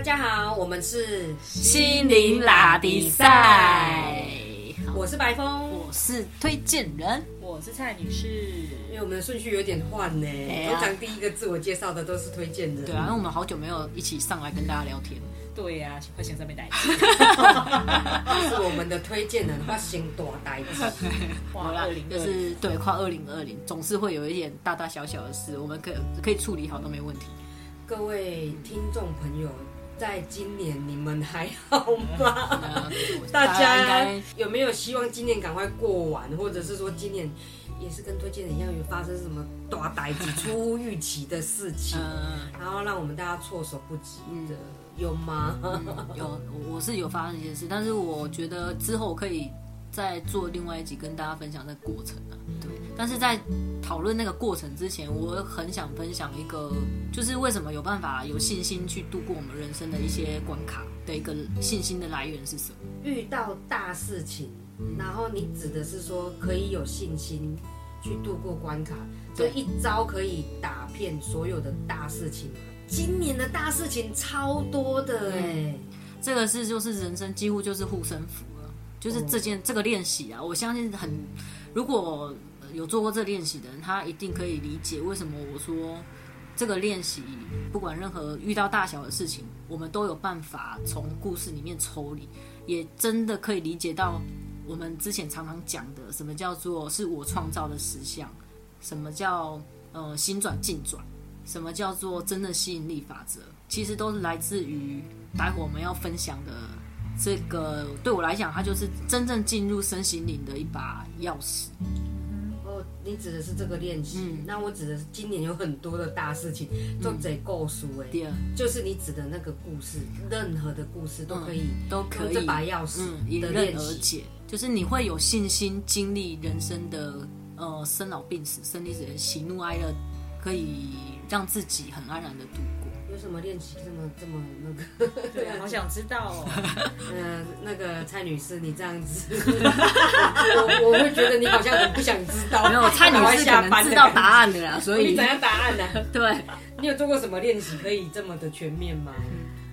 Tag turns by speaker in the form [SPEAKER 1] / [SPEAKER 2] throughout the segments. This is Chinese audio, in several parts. [SPEAKER 1] 家好，我们是
[SPEAKER 2] 心灵拉迪赛，
[SPEAKER 1] 我是白峰，
[SPEAKER 2] 我是推荐人，
[SPEAKER 3] 我是蔡女士。
[SPEAKER 1] 因为我们的顺序有点换呢、
[SPEAKER 2] 哎呀
[SPEAKER 1] 通常第一个自我介绍的都是推荐人。
[SPEAKER 2] 对啊，因为我们好久没有一起上来跟大家聊天，
[SPEAKER 3] 对呀、啊，会想这边来。
[SPEAKER 1] 是我们的推荐人发行大呆子，
[SPEAKER 2] 好
[SPEAKER 3] 哇，
[SPEAKER 2] 啦
[SPEAKER 3] 二零，
[SPEAKER 2] 啊就
[SPEAKER 3] 二
[SPEAKER 2] 是对，跨二零二零，总是会有一点大大小小的事，我们可可以处理好都没问题。
[SPEAKER 1] 各位听众朋友，在今年你们还好吗？
[SPEAKER 2] 呃
[SPEAKER 1] 大
[SPEAKER 2] 应
[SPEAKER 1] 家
[SPEAKER 2] 该
[SPEAKER 1] 有没有希望今年赶快过完，或者是说今年也是跟推荐人一样，有发生什么大呆 子、出乎预期的事情，
[SPEAKER 2] 嗯
[SPEAKER 1] 然后让我们大家措手不及的，有吗？
[SPEAKER 2] 嗯有我我是有发生一件事，但是我觉得之后可以再做另外一集跟大家分享这个过程啊。对，但是在讨论那个过程之前，我很想分享一个，就是为什么有办法有信心去度过我们人生的一些关卡的一个信心的来源是什么？
[SPEAKER 1] 遇到大事情，
[SPEAKER 2] 嗯
[SPEAKER 1] 然后你指的是说可以有信心去度过关卡，这
[SPEAKER 2] 对
[SPEAKER 1] 一招可以打遍所有的大事情吗。今年的大事情超多
[SPEAKER 2] 嗯
[SPEAKER 1] 的哎、
[SPEAKER 2] 这个是就是人生几乎就是护身符了，就是这件、这个练习啊，我相信很，如果呃有做过这练习的人，他一定可以理解为什么我说这个练习，不管任何遇到大小的事情，我们都有办法从故事里面抽离，也真的可以理解到我们之前常常讲的什么叫做是我创造的实相，什么叫呃心转境转，什么叫做真的吸引力法则，其实都是来自于待会我们要分享的这个，对我来讲，它就是真正进入身心灵的一把钥匙。
[SPEAKER 1] 哦，你指的是这个练习，
[SPEAKER 2] 嗯
[SPEAKER 1] 那我指的是今年有很多的大事情，都得够书哎，
[SPEAKER 2] 第二，
[SPEAKER 1] 就是你指的那个故事，任何的故事都可以，
[SPEAKER 2] 都嗯可
[SPEAKER 1] 用
[SPEAKER 2] 以
[SPEAKER 1] 这把钥匙
[SPEAKER 2] 嗯迎
[SPEAKER 1] 的
[SPEAKER 2] 刃
[SPEAKER 1] 练
[SPEAKER 2] 而
[SPEAKER 1] 习。
[SPEAKER 2] 解，就是你会有信心经历人生的呃生老病死、生离死别、喜怒哀乐，可以让自己很安然的度过。
[SPEAKER 1] 有什么练习这么这么那个？
[SPEAKER 3] 零对啊，好想知
[SPEAKER 2] 嗯
[SPEAKER 3] 道哦。
[SPEAKER 1] 呃，那个蔡女士，你这样子， 我我会觉得你好像很不想知道。
[SPEAKER 2] 没有蔡
[SPEAKER 1] 啊赶快
[SPEAKER 2] 女士
[SPEAKER 1] 下
[SPEAKER 2] 可能
[SPEAKER 1] 班
[SPEAKER 2] 知
[SPEAKER 1] 的
[SPEAKER 2] 道
[SPEAKER 1] 感觉
[SPEAKER 2] 答 案的啦，所
[SPEAKER 1] 你
[SPEAKER 2] 以
[SPEAKER 1] 怎样答案呢、
[SPEAKER 2] 对，
[SPEAKER 1] 你有做过什么练习可以这么的全面吗？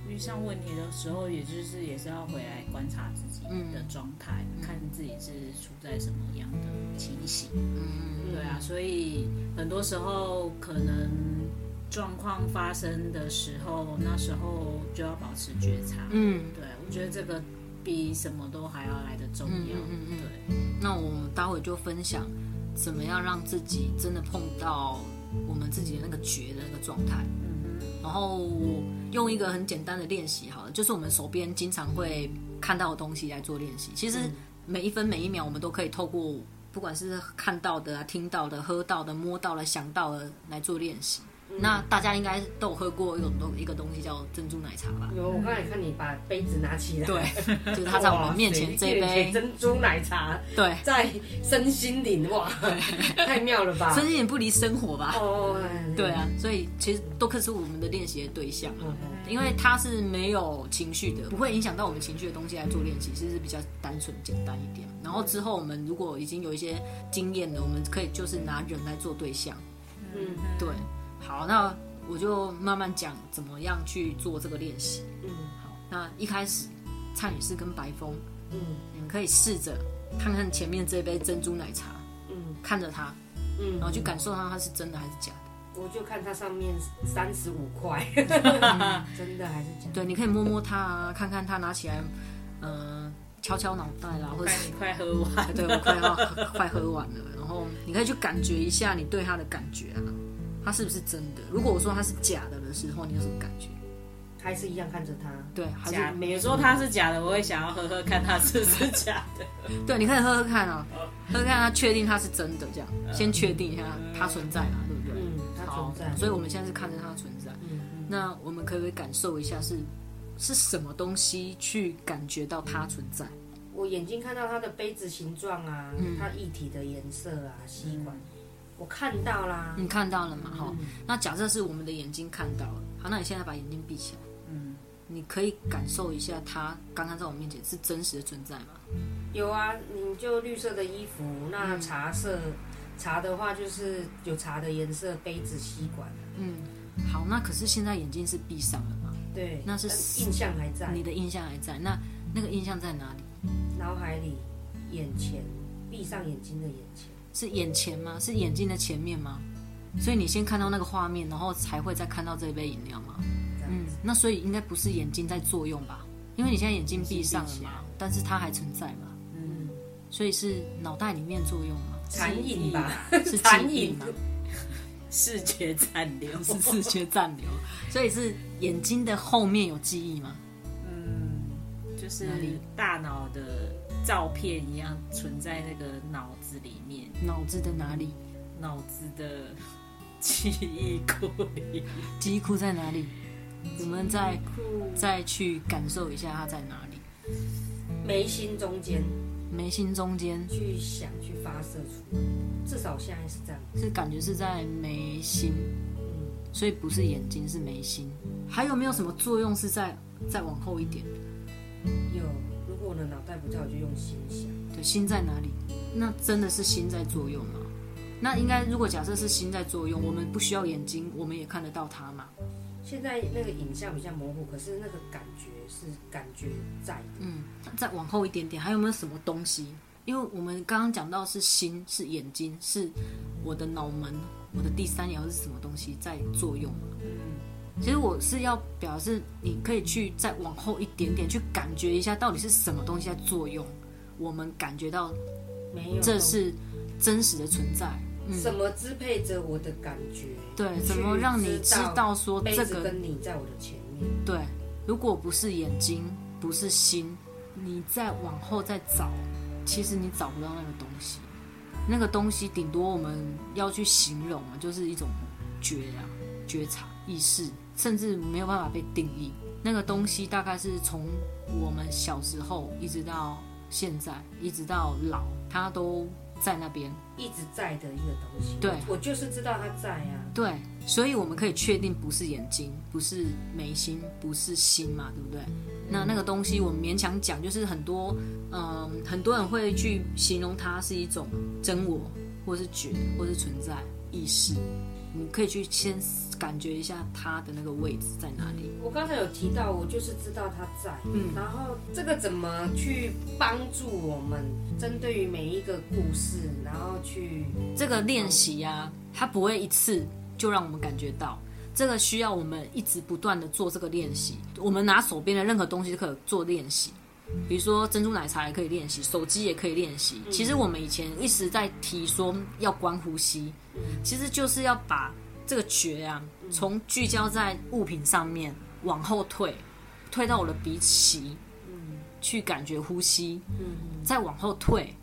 [SPEAKER 3] 遇上问题的时候，也就是也是要回来观察自己的状态，看自己是处在什么样的情形。
[SPEAKER 2] 嗯，
[SPEAKER 3] 对啊，所以很多时候可能状况发生的时候，那时候就要保持觉察。
[SPEAKER 2] 嗯。
[SPEAKER 3] 对，啊我觉得这个比什么都还要来得重要。
[SPEAKER 2] 嗯嗯嗯嗯
[SPEAKER 3] 对，
[SPEAKER 2] 那我们待会就分享怎么样让自己真的碰到我们自己的那个觉的那个状态。
[SPEAKER 3] 嗯哼，
[SPEAKER 2] 然后用一个很简单的练习好了，就是我们手边经常会看到的东西来做练习。其
[SPEAKER 1] 嗯
[SPEAKER 2] 实每一分每一秒，我们都可以透过不管是看到的、啊、听到的、喝到的、摸到的、想到的来做练习。
[SPEAKER 1] 嗯
[SPEAKER 2] 那大家应该都有喝过一种东一个东西叫珍珠奶茶 吧？
[SPEAKER 1] 有，我刚才看你把杯子拿起来，
[SPEAKER 2] 对，就是它在我们面前这一
[SPEAKER 1] 哇塞一
[SPEAKER 2] 杯，
[SPEAKER 1] 珍珠奶茶
[SPEAKER 2] 对，
[SPEAKER 1] 在身心灵，哇，太妙了吧
[SPEAKER 2] 身！心也不离生活吧？
[SPEAKER 1] 哦，
[SPEAKER 2] 对啊，所以其实都可是我们的练习的对象啊
[SPEAKER 1] 嗯，
[SPEAKER 2] 因为它是没有情绪的，不会影响到我们情绪的东西来做练习，其实是比较单纯简单一点。然后之后我们如果已经有一些经验了，我们可以就是拿人来做对象。
[SPEAKER 1] 嗯，
[SPEAKER 2] 对，好，那我就慢慢讲怎么样去做这个练习。
[SPEAKER 1] 嗯
[SPEAKER 2] 好，那一开始蔡女士跟白峰，
[SPEAKER 1] 嗯
[SPEAKER 2] 你们可以试着看看前面这杯珍珠奶茶，
[SPEAKER 1] 嗯
[SPEAKER 2] 看着它，然后
[SPEAKER 1] 嗯，
[SPEAKER 2] 去感受它它是真的还是假的。
[SPEAKER 1] 我就看它上面三十五 块，真的还是假的？
[SPEAKER 2] 对，你可以摸摸它啊，看看它拿起来，嗯，敲敲脑袋啦，或者
[SPEAKER 3] 看
[SPEAKER 2] 是
[SPEAKER 3] 你快喝完。
[SPEAKER 2] 对我快要快喝完了，然后你可以去感觉一下你对它的感觉啊，它是不是真的？如果我说它是假的的时候，你有什么感觉？
[SPEAKER 1] 还是一样看着它，
[SPEAKER 2] 对，还
[SPEAKER 3] 假，
[SPEAKER 2] 是
[SPEAKER 3] 比如说它是假的，我会想要喝喝看它是不是假的。
[SPEAKER 2] 对，你可以喝喝看啊，喝喝看它确定它是真的，这样先确定一下它存在嘛，对不对？
[SPEAKER 1] 嗯，它
[SPEAKER 2] 好
[SPEAKER 1] 存在，，
[SPEAKER 2] 所以我们现在是看着它存在。
[SPEAKER 1] 嗯
[SPEAKER 2] 那我们可不可以感受一下是是什么东西去感觉到它存在？
[SPEAKER 1] 我眼睛看到它的杯子形状啊，
[SPEAKER 2] 嗯
[SPEAKER 1] 它液体的颜色啊，吸管，我看到啦。
[SPEAKER 2] 你看到了嘛？哈、那假设是我们的眼睛看到了，好，那你现在把眼睛闭起来，
[SPEAKER 3] 嗯，
[SPEAKER 2] 你可以感受一下它刚刚在我们面前是真实的存在吗？
[SPEAKER 1] 有啊，你就绿色的衣服，那茶色，茶的话就是有茶的颜色，杯子、吸管，
[SPEAKER 2] 嗯，好，那可是现在眼睛是闭上了嘛？
[SPEAKER 1] 对，
[SPEAKER 2] 那是
[SPEAKER 1] 但印象还在
[SPEAKER 2] 你的印象还在，那那个印象在哪里？
[SPEAKER 1] 脑海里、眼前，闭上眼睛的眼前。
[SPEAKER 2] 是眼前吗？是眼睛的前面吗？所以你先看到那个画面，然后才会再看到这杯饮料吗？
[SPEAKER 1] 这样
[SPEAKER 2] 嗯，那所以应该不是眼睛在作用吧？因为你现在眼睛闭上了
[SPEAKER 3] 眼睛闭起来
[SPEAKER 2] 嘛，但是它还存在嘛，
[SPEAKER 1] 嗯，
[SPEAKER 2] 所以是脑袋里面作用吗？
[SPEAKER 1] 残影吧，
[SPEAKER 2] 是
[SPEAKER 1] 残
[SPEAKER 2] 记忆
[SPEAKER 1] 影
[SPEAKER 2] 吗？
[SPEAKER 3] 视觉残留，
[SPEAKER 2] 是视觉暂留，所以是眼睛的后面有记忆吗？
[SPEAKER 3] 嗯，就是
[SPEAKER 2] 哪里
[SPEAKER 3] 大脑的照片一样存在那个脑子里面，
[SPEAKER 2] 脑子的哪里？
[SPEAKER 3] 脑子的记忆库里。
[SPEAKER 2] 记忆库在哪里？我们再
[SPEAKER 1] 酷
[SPEAKER 2] 再去感受一下它在哪里。
[SPEAKER 1] 眉心中间
[SPEAKER 2] 眉心中间
[SPEAKER 1] 去想去发射出来，至少现在是这样。嗯
[SPEAKER 2] 是感觉是在眉心，所以不是眼睛，是眉心。还有没有什么作用是在再往后一点？
[SPEAKER 1] 有，如果我的脑袋不在，我就用心想。
[SPEAKER 2] 对，心在哪里？那真的是心在作用吗？那应该，如果假设是心在作用，我们不需要眼睛，我们也看得到它嘛？
[SPEAKER 1] 现在那个影像比较模糊，可是那个感觉是感觉在的。
[SPEAKER 2] 嗯，再往后一点点，还有没有什么东西？因为我们刚刚讲到是心，是眼睛，是我的脑门，我的第三爻是什么东西在作用嘛？其实我是要表示，你可以去再往后一点点，去感觉一下到底是什么东西在作用，我们感觉到
[SPEAKER 1] 没有，
[SPEAKER 2] 这是真实的存在。嗯
[SPEAKER 1] 什么支配着我的感觉？
[SPEAKER 2] 对，怎么让你知道说
[SPEAKER 1] 杯
[SPEAKER 2] 这
[SPEAKER 1] 子
[SPEAKER 2] 个
[SPEAKER 1] 跟你在我的前面？
[SPEAKER 2] 对？如果不是眼睛，不是心，你再往后再找，其实你找不到那个东西。那个东西顶多我们要去形容啊，就是一种觉啊、觉察、意识，甚至没有办法被定义。那个东西大概是从我们小时候一直到现在，一直到老，它都在那边。
[SPEAKER 1] 一直在的一个东西。
[SPEAKER 2] 对
[SPEAKER 1] 我就是知道它在啊。
[SPEAKER 2] 对，所以我们可以确定不是眼睛，不是眉心，不是心嘛，对不对？那那个东西我们勉强讲，就是很多，嗯，很多人会去形容它是一种真我，或是觉，或是存在意识。你可以去先感觉一下它的那个位置在哪里。
[SPEAKER 1] 我刚才有提到，我就是知道它在。嗯，然后这个怎么去帮助我们？针对于每一个故事，然后去
[SPEAKER 2] 这个练习啊，它不会一次就让我们感觉到，这个需要我们一直不断的做这个练习。我们拿手边的任何东西都可以做练习，比如说珍珠奶茶也可以练习，手机也可以练习。其实我们以前一直在提说要观呼吸，其实就是要把这个觉啊，从聚焦在物品上面往后退，退到我的鼻息，去感觉呼吸，再往后退，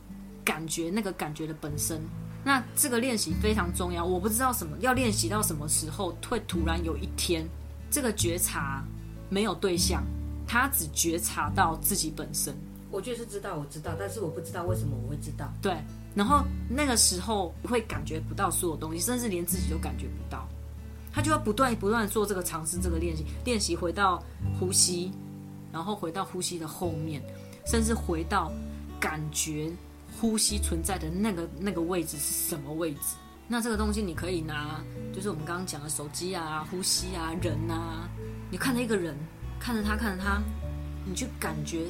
[SPEAKER 2] 感觉那个感觉的本身。那这个练习非常重要，我不知道什么要练习到什么时候，会突然有一天，这个觉察没有对象，他只觉察到自己本身。
[SPEAKER 1] 我就是知道，我知道，但是我不知道为什么我会知道。
[SPEAKER 2] 对，然后那个时候会感觉不到所有东西，甚至连自己都感觉不到。他就要不断不断地做这个尝试，这个练习，练习回到呼吸，然后回到呼吸的后面，甚至回到感觉呼吸存在的那个那个位置是什么位置。那这个东西你可以拿，就是我们刚刚讲的手机啊、呼吸啊、人啊，你看着一个人，看着他，看着他，你去感觉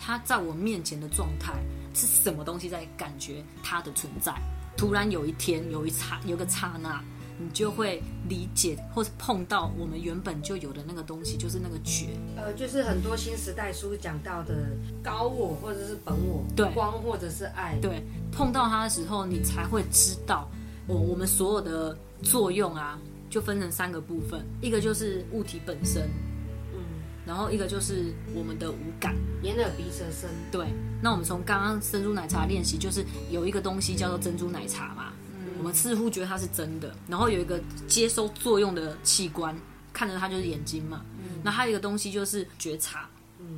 [SPEAKER 2] 他在我面前的状态是什么东西在感觉他的存在。突然有一天，有一刹，有个刹那，你就会理解或是碰到我们原本就有的那个东西，就是那个觉。
[SPEAKER 1] 呃，就是很多新时代书讲到的高我或者是本我，
[SPEAKER 2] 对
[SPEAKER 1] 光或者是爱，
[SPEAKER 2] 对，碰到它的时候，你才会知道我我们所有的作用啊，就分成三个部分，一个就是物体本身，
[SPEAKER 1] 嗯，
[SPEAKER 2] 然后一个就是我们的五感。
[SPEAKER 1] 眼耳鼻舌身，
[SPEAKER 2] 对，那我们从刚刚珍珠奶茶练习，就是有一个东西叫做珍珠奶茶嘛，我们似乎觉得它是真的，然后有一个接收作用的器官，看着它就是眼睛嘛，那还有一个东西就是觉察，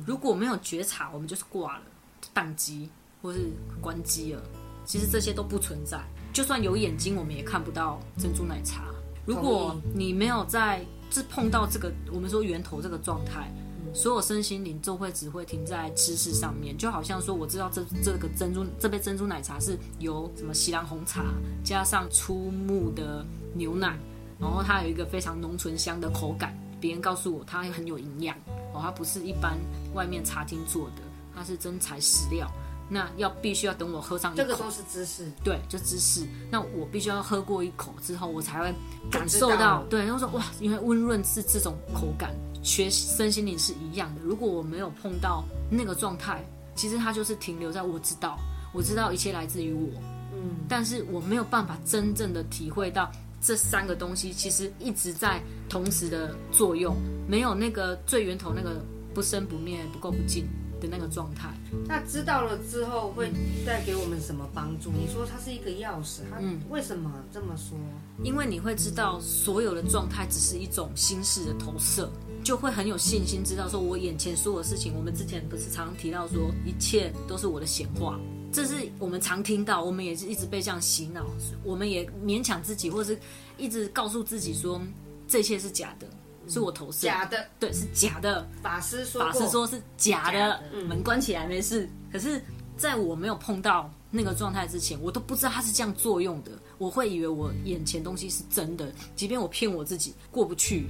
[SPEAKER 2] 如果没有觉察，我们就是挂了、宕机或是关机了，其实这些都不存在，就算有眼睛，我们也看不到珍珠奶茶。如果你没有在这碰到这个我们说源头这个状态，所有身心灵就会只会停在知识上面，就好像说我知道这这个珍珠这杯珍珠奶茶是由什么喜兰红茶加上初木的牛奶，然后它有一个非常浓醇香的口感，别人告诉我它很有营养哦，它不是一般外面茶厅做的，它是真材实料。那要必须要等我喝上一
[SPEAKER 1] 这
[SPEAKER 2] 口，
[SPEAKER 1] 个都是知识，
[SPEAKER 2] 对，就芝士。那我必须要喝过一口之后，我才会感受
[SPEAKER 1] 就知道
[SPEAKER 2] 到
[SPEAKER 1] 了，
[SPEAKER 2] 对，然后说哇，因为温润是这种口感，学身心灵是一样的。如果我没有碰到那个状态，其实它就是停留在我知道，我知道一切来自于我，
[SPEAKER 1] 嗯，
[SPEAKER 2] 但是我没有办法真正的体会到这三个东西其实一直在同时的作用，没有那个最源头那个不生不灭、不垢不净的那个状态。
[SPEAKER 1] 那知道了之后会带给我们什么帮助？你说它是一个钥匙，它
[SPEAKER 2] 嗯
[SPEAKER 1] 为什么这么说？
[SPEAKER 2] 因为你会知道所有的状态只是一种心事的投射，就会很有信心知道说，我眼前所有事情，我们之前不是常提到说，一切都是我的显化，这是我们常听到，我们也是一直被这样洗脑，我们也勉强自己，或是一直告诉自己说，这一切是假的，是我投射，
[SPEAKER 1] 假的，
[SPEAKER 2] 对，是假的，
[SPEAKER 1] 法师说
[SPEAKER 2] 法
[SPEAKER 1] 过，
[SPEAKER 2] 师说是假
[SPEAKER 3] 假
[SPEAKER 2] 的
[SPEAKER 3] 的，
[SPEAKER 1] 嗯
[SPEAKER 2] 门关起来没事。可是，在我没有碰到那个状态之前，我都不知道它是这样作用的。我会以为我眼前东西是真的，即便我骗我自己过不去，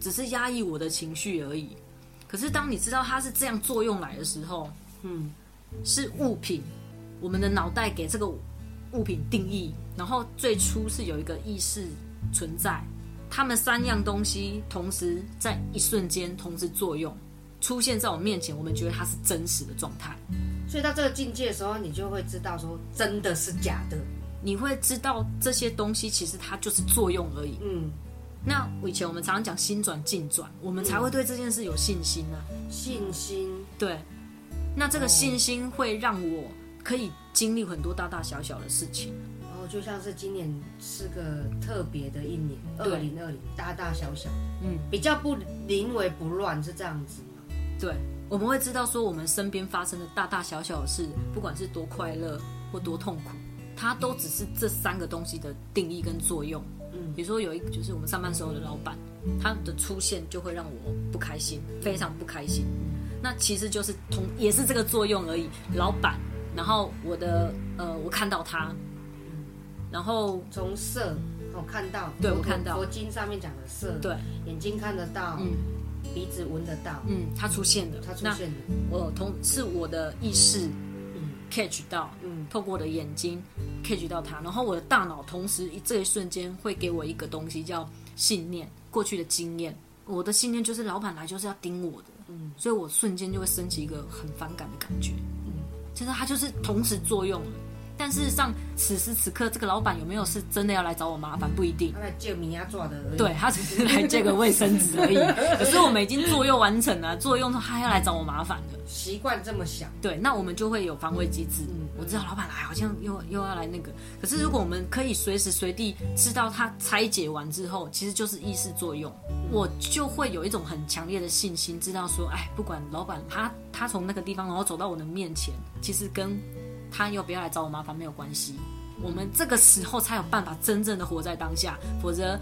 [SPEAKER 2] 只是压抑我的情绪而已。可是，当你知道它是这样作用来的时候，
[SPEAKER 1] 嗯，
[SPEAKER 2] 是物品，我们的脑袋给这个物品定义，然后最初是有一个意识存在，他们三样东西同时在一瞬间同时作用，出现在我面前，我们觉得它是真实的状态，
[SPEAKER 1] 所以到这个境界的时候，你就会知道说真的是假的，
[SPEAKER 2] 你会知道这些东西其实它就是作用而已。
[SPEAKER 1] 嗯，
[SPEAKER 2] 那以前我们常常讲心转境转，我们才会对这件事有信心呢、
[SPEAKER 1] 信心，
[SPEAKER 2] 对，那这个
[SPEAKER 1] 哦
[SPEAKER 2] 信心会让我可以经历很多大大小小的事情。
[SPEAKER 1] 然后就像是今年是个特别的一年，二
[SPEAKER 2] 对
[SPEAKER 1] 零二零，大大小小，
[SPEAKER 2] 嗯，
[SPEAKER 1] 比较不临危不乱是这样子吗？
[SPEAKER 2] 对，我们会知道说我们身边发生的大大小小的事，不管是多快乐或多痛苦，它都只是这三个东西的定义跟作用。
[SPEAKER 1] 嗯
[SPEAKER 2] 比如说有一个就是我们上班时候的老板，他的出现就会让我不开心，非常不开心。那其实就是同也是这个作用而已，老板。然后我的呃，我看到他，然后
[SPEAKER 1] 从色，我看到，
[SPEAKER 2] 对
[SPEAKER 1] 佛
[SPEAKER 2] 我看到
[SPEAKER 1] 佛经上面讲的色，
[SPEAKER 2] 对，
[SPEAKER 1] 眼睛看得到，
[SPEAKER 2] 嗯
[SPEAKER 1] 鼻子闻得到，
[SPEAKER 2] 嗯，他出现了，
[SPEAKER 1] 它出
[SPEAKER 2] 那
[SPEAKER 1] 现了，
[SPEAKER 2] 我同是我的意识
[SPEAKER 1] 嗯
[SPEAKER 2] catch 到，
[SPEAKER 1] 嗯
[SPEAKER 2] 透过我的眼睛 catch 到它，然后我的大脑同时一这一瞬间会给我一个东西叫信念，过去的经验。我的信念就是老板来就是要盯我的，
[SPEAKER 1] 嗯
[SPEAKER 2] 所以我瞬间就会升起一个很反感的感觉。就是它就是同时作用了，但事实上此时此刻这个老板有没有是真的要来找我麻烦不一定。
[SPEAKER 1] 他来借米亚抓的而已，
[SPEAKER 2] 对，他只是来借个卫生纸而已，可是我们已经作用完成了，作用他要来找我麻烦了。
[SPEAKER 1] 习惯这么想，
[SPEAKER 2] 对，那我们就会有防卫机制。
[SPEAKER 1] 嗯
[SPEAKER 2] 我知道老板来，好像又又要来那个。可是如果我们可以随时随地知道它拆解完之后，其实就是意识作用，
[SPEAKER 1] 嗯
[SPEAKER 2] 我就会有一种很强烈的信心，知道说，哎，不管老板他他从那个地方然后走到我的面前，其实跟他要不要来找我麻烦没有关系。
[SPEAKER 1] 嗯
[SPEAKER 2] 我们这个时候才有办法真正的活在当下，否则。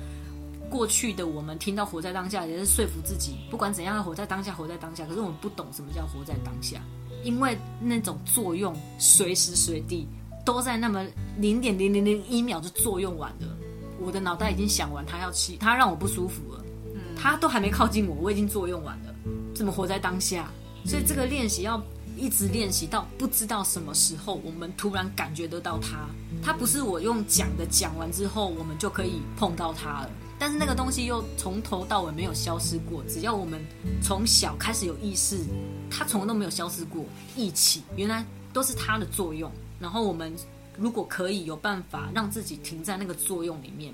[SPEAKER 2] 过去的我们听到活在当下，也是说服自己，不管怎样要活在当下，活在当下。可是我们不懂什么叫活在当下。因为那种作用随时随地都在那么零点零零零一秒就作用完了。我的脑袋已经想完，他要去，他让我不舒服了，他都还没靠近我，我已经作用完了，怎么活在当下？所以这个练习要一直练习到不知道什么时候，我们突然感觉得到它。它不是我用讲的讲完之后，我们就可以碰到它了。但是那个东西又从头到尾没有消失过，只要我们从小开始有意识，它从来都没有消失过。一起，原来都是它的作用。然后我们如果可以有办法让自己停在那个作用里面，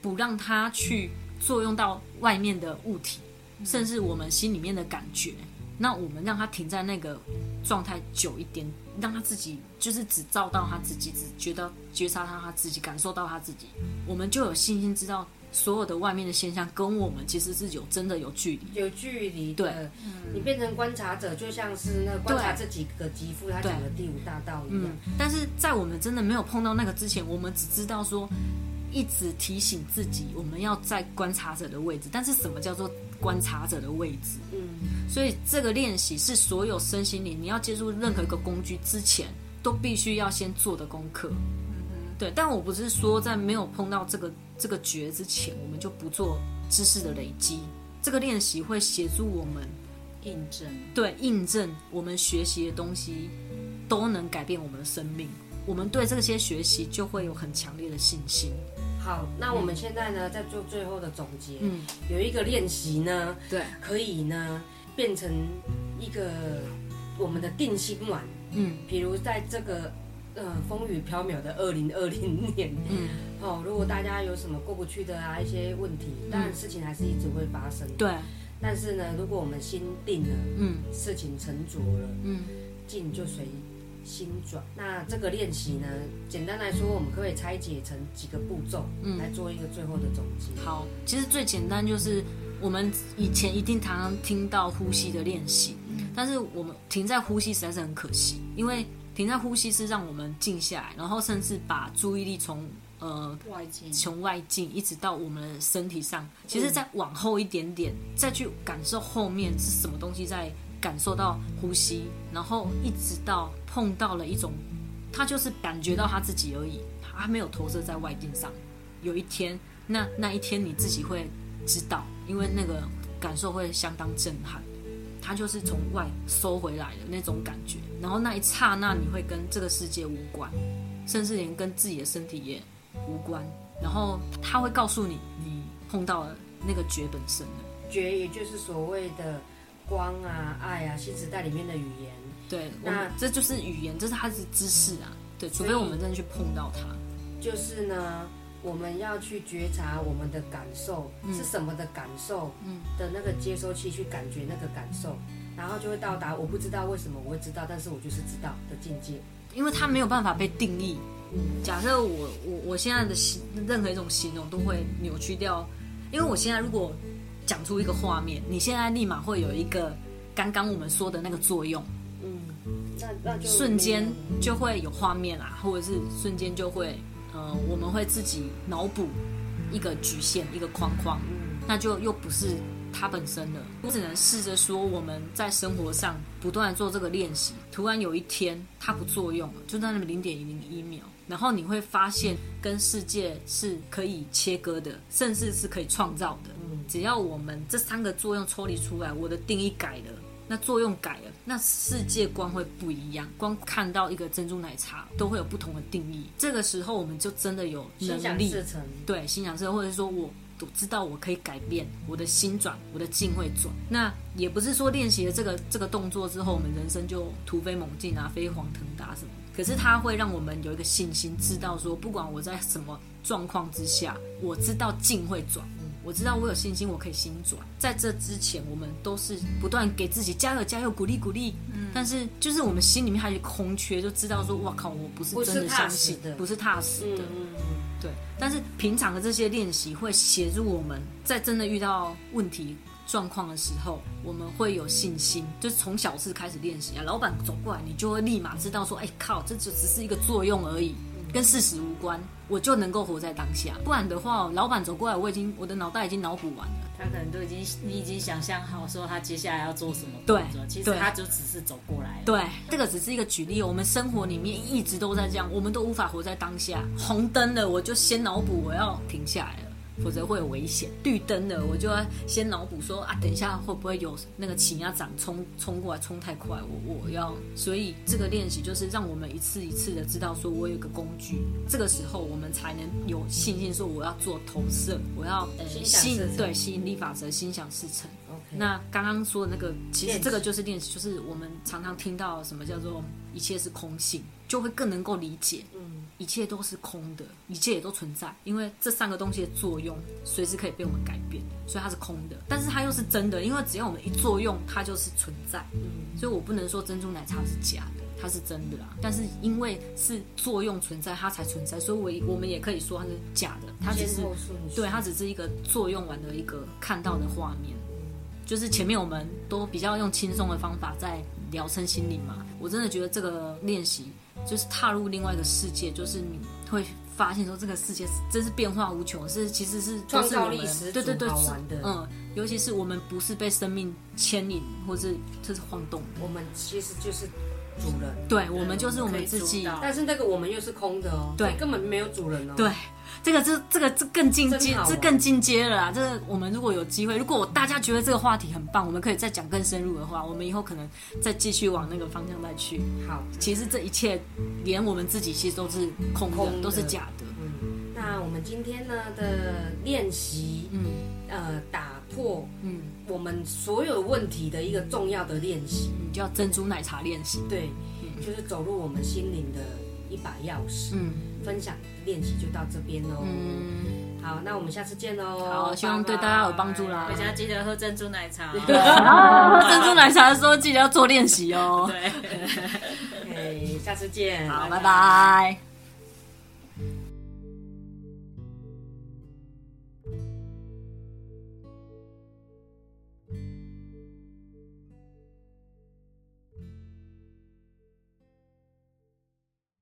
[SPEAKER 2] 不让它去作用到外面的物体，甚至我们心里面的感觉，那我们让它停在那个状态久一点，让他自己就是只照到他自己，只觉得觉察到他自己，感受到他自己，我们就有信心知道所有的外面的现象跟我们其实是有真的有距离。
[SPEAKER 1] 有距离的，嗯
[SPEAKER 2] 对
[SPEAKER 1] 你变成观察者，就像是那观察这几个肌肤他讲的第五大道一样
[SPEAKER 2] 嗯，，但是在我们真的没有碰到那个之前，我们只知道说，一直提醒自己，我们要在观察者的位置。但是什么叫做观察者的位置？
[SPEAKER 1] 嗯，
[SPEAKER 2] 所以这个练习是所有身心灵你要接触任何一个工具之前，都必须要先做的功课。对，但我不是说在没有碰到这个这个觉之前，我们就不做知识的累积。这个练习会协助我们
[SPEAKER 3] 印证，
[SPEAKER 2] 对印证我们学习的东西都能改变我们的生命，我们对这些学习就会有很强烈的信心。
[SPEAKER 1] 嗯好，那我们现在呢，在做最后的总结。嗯，有一个练习呢，
[SPEAKER 2] 对，
[SPEAKER 1] 可以呢变成一个我们的定心丸。嗯，比如在这个呃风雨飘渺的二零二零年， 嗯，哦，如果大家有什么过不去的啊一些问题，当然事情还是一直会发生。
[SPEAKER 2] 嗯对，
[SPEAKER 1] 但是呢，如果我们心定了，嗯，事情沉着了，嗯，静就随心转。那这个练习呢，简单来说，我们可不可以拆解成几个步骤，
[SPEAKER 2] 嗯
[SPEAKER 1] 来做一个最后的总结。
[SPEAKER 2] 好，其实最简单就是我们以前一定常常听到呼吸的练习，
[SPEAKER 1] 嗯
[SPEAKER 2] 但是我们停在呼吸实在是很可惜，因为停在呼吸是让我们静下来，然后甚至把注意力从呃
[SPEAKER 3] 外境
[SPEAKER 2] 从外境一直到我们的身体上，其实再往后一点点，再去感受后面是什么东西在感受到呼吸，然后一直到碰到了一种，他就是感觉到他自己而已，他没有投射在外境上。有一天，那那一天你自己会知道，因为那个感受会相当震撼。它就是从外收回来的那种感觉，然后那一刹那你会跟这个世界无关，甚至连跟自己的身体也无关。然后他会告诉你，你碰到了那个觉本身了。
[SPEAKER 1] 觉也就是所谓的光啊、爱啊、新时代里面的语言。
[SPEAKER 2] 对，我
[SPEAKER 1] 那
[SPEAKER 2] 们这就是语言，这是它的知识啊。对，除
[SPEAKER 1] 所以
[SPEAKER 2] 非我们真的去碰到它。
[SPEAKER 1] 就是呢，我们要去觉察我们的感受、
[SPEAKER 2] 嗯
[SPEAKER 1] 是什么的感受，的那个接收器去感觉那个感受，然后就会到达我不知道为什么我会知道，但是我就是知道的境界。
[SPEAKER 2] 因为它没有办法被定义。假设我我我现在的形任何一种形容都会扭曲掉，因为我现在如果讲出一个画面，你现在立马会有一个刚刚我们说的那个作用，
[SPEAKER 1] 嗯，那那就
[SPEAKER 2] 瞬间就会有画面啦，或者是瞬间就会，呃，我们会自己脑补一个局限一个框框，
[SPEAKER 1] 嗯
[SPEAKER 2] 那就又不是它本身了。我只能试着说，我们在生活上不断的做这个练习，突然有一天它不作用了，就在那零点零一秒，然后你会发现跟世界是可以切割的，甚至是可以创造的。
[SPEAKER 1] 嗯
[SPEAKER 2] 只要我们这三个作用抽离出来，我的定义改了。那作用改了，那世界观会不一样。光看到一个珍珠奶茶，都会有不同的定义。这个时候，我们就真的有
[SPEAKER 1] 心
[SPEAKER 2] 能
[SPEAKER 1] 想
[SPEAKER 2] 力
[SPEAKER 1] 事成。
[SPEAKER 2] 对心想事，或者说我我知道我可以改变我的心转，我的境会转。那也不是说练习了这个这个动作之后，我们人生就突飞猛进啊，飞黄腾达什么。可是它会让我们有一个信心，知道说不管我在什么状况之下，我知道境会转。我知道我有信心，我可以心转。在这之前，我们都是不断给自己加油、加油、鼓励、鼓励。嗯，但是就是我们心里面还有空缺，就知道说，哇靠，我不是
[SPEAKER 1] 不是
[SPEAKER 2] 真的
[SPEAKER 1] 踏
[SPEAKER 2] 相
[SPEAKER 1] 实
[SPEAKER 2] 信
[SPEAKER 1] 的，
[SPEAKER 2] 不是踏实
[SPEAKER 1] 嗯
[SPEAKER 2] 的。对，但是平常的这些练习会协助我们在真的遇到问题状况的时候，我们会有信心，就是从小事开始练习啊。老板走过来，你就会立马知道说，哎靠，这就只是一个作用而已，跟事实无关，我就能够活在当下。不然的话，老板走过来，我已经我的脑袋已经脑补完了。
[SPEAKER 3] 他可能都已经你已经想象好说他接下来要做什么
[SPEAKER 2] 对
[SPEAKER 3] 动作，其实
[SPEAKER 2] 对
[SPEAKER 3] 他就只是走过来了。
[SPEAKER 2] 对，这个只是一个举例，我们生活里面一直都在这样，我们都无法活在当下。红灯了，我就先脑补我要停下来了。否则会有危险。绿灯了，我就要先脑补说啊，等一下会不会有那个起压掌冲冲过来，冲太快，我我要。所以这个练习就是让我们一次一次的知道，说我有一个工具，这个时候我们才能有信心说我要做投射，我要呃
[SPEAKER 1] 心想
[SPEAKER 2] 吸
[SPEAKER 1] 事
[SPEAKER 2] 引
[SPEAKER 1] 成
[SPEAKER 2] 对吸引力法则，心想事成。
[SPEAKER 1] OK，
[SPEAKER 2] 那刚刚说的那个，其实
[SPEAKER 1] 练习
[SPEAKER 2] 这个就是练习，就是我们常常听到什么叫做一切是空性，就会更能够理解，
[SPEAKER 1] 嗯，
[SPEAKER 2] 一切都是空的，一切也都存在，因为这三个东西的作用随时可以被我们改变，所以它是空的，但是它又是真的，因为只要我们一作用，它就是存在，
[SPEAKER 1] 嗯，
[SPEAKER 2] 所以我不能说珍珠奶茶是假的。它是真的啦，但是因为是作用存在，它才存在，所以我也我们也可以说它是假的，它只
[SPEAKER 1] 先
[SPEAKER 2] 是
[SPEAKER 1] 后顺序。
[SPEAKER 2] 对，啊它只是一个作用完的一个看到的画面。就是前面我们都比较用轻松的方法在聊身心灵嘛，我真的觉得这个练习就是踏入另外一个世界，就是你会发现说这个世界是真是变化无穷，是其实是
[SPEAKER 1] 创
[SPEAKER 2] 都是
[SPEAKER 1] 造
[SPEAKER 2] 我们
[SPEAKER 1] 力十足
[SPEAKER 2] 对对对，
[SPEAKER 1] 好
[SPEAKER 2] 是
[SPEAKER 1] 玩的
[SPEAKER 2] 嗯，尤其是我们不是被生命牵引或是就是晃动的，
[SPEAKER 1] 我们其实就是主人，
[SPEAKER 2] 对我们就是我们自
[SPEAKER 3] 可以
[SPEAKER 2] 己
[SPEAKER 3] 做。到
[SPEAKER 1] 但是那个我们又是空的哦，
[SPEAKER 2] 对
[SPEAKER 1] 所以根本没有主人哦。
[SPEAKER 2] 对，这个这这个这更进阶
[SPEAKER 1] 真好，玩
[SPEAKER 2] 这更进阶了啦。这个我们如果有机会，如果大家觉得这个话题很棒，我们可以再讲更深入的话，我们以后可能再继续往那个方向再去。
[SPEAKER 1] 好，
[SPEAKER 2] 其实这一切，连我们自己其实都是空的，
[SPEAKER 1] 空的
[SPEAKER 2] 都是假的。
[SPEAKER 1] 嗯，那我们今天呢的练习，
[SPEAKER 2] 嗯
[SPEAKER 1] 呃，打破
[SPEAKER 2] 嗯，
[SPEAKER 1] 我们所有问题的一个重要的练习，
[SPEAKER 2] 你就要珍珠奶茶练习。
[SPEAKER 1] 对，就是走入我们心灵的一把钥匙。
[SPEAKER 2] 嗯
[SPEAKER 1] 分享练习就到这边喽。
[SPEAKER 2] 嗯，
[SPEAKER 1] 好，那我们下次见哦喽。
[SPEAKER 2] 好，希望对大家有帮助啦
[SPEAKER 3] 回。家记得喝珍珠奶茶哦。
[SPEAKER 2] 啊 喝珍珠奶茶的时候记得要做练习哦。
[SPEAKER 3] 对。
[SPEAKER 1] OK，下次见。
[SPEAKER 2] 好，拜拜。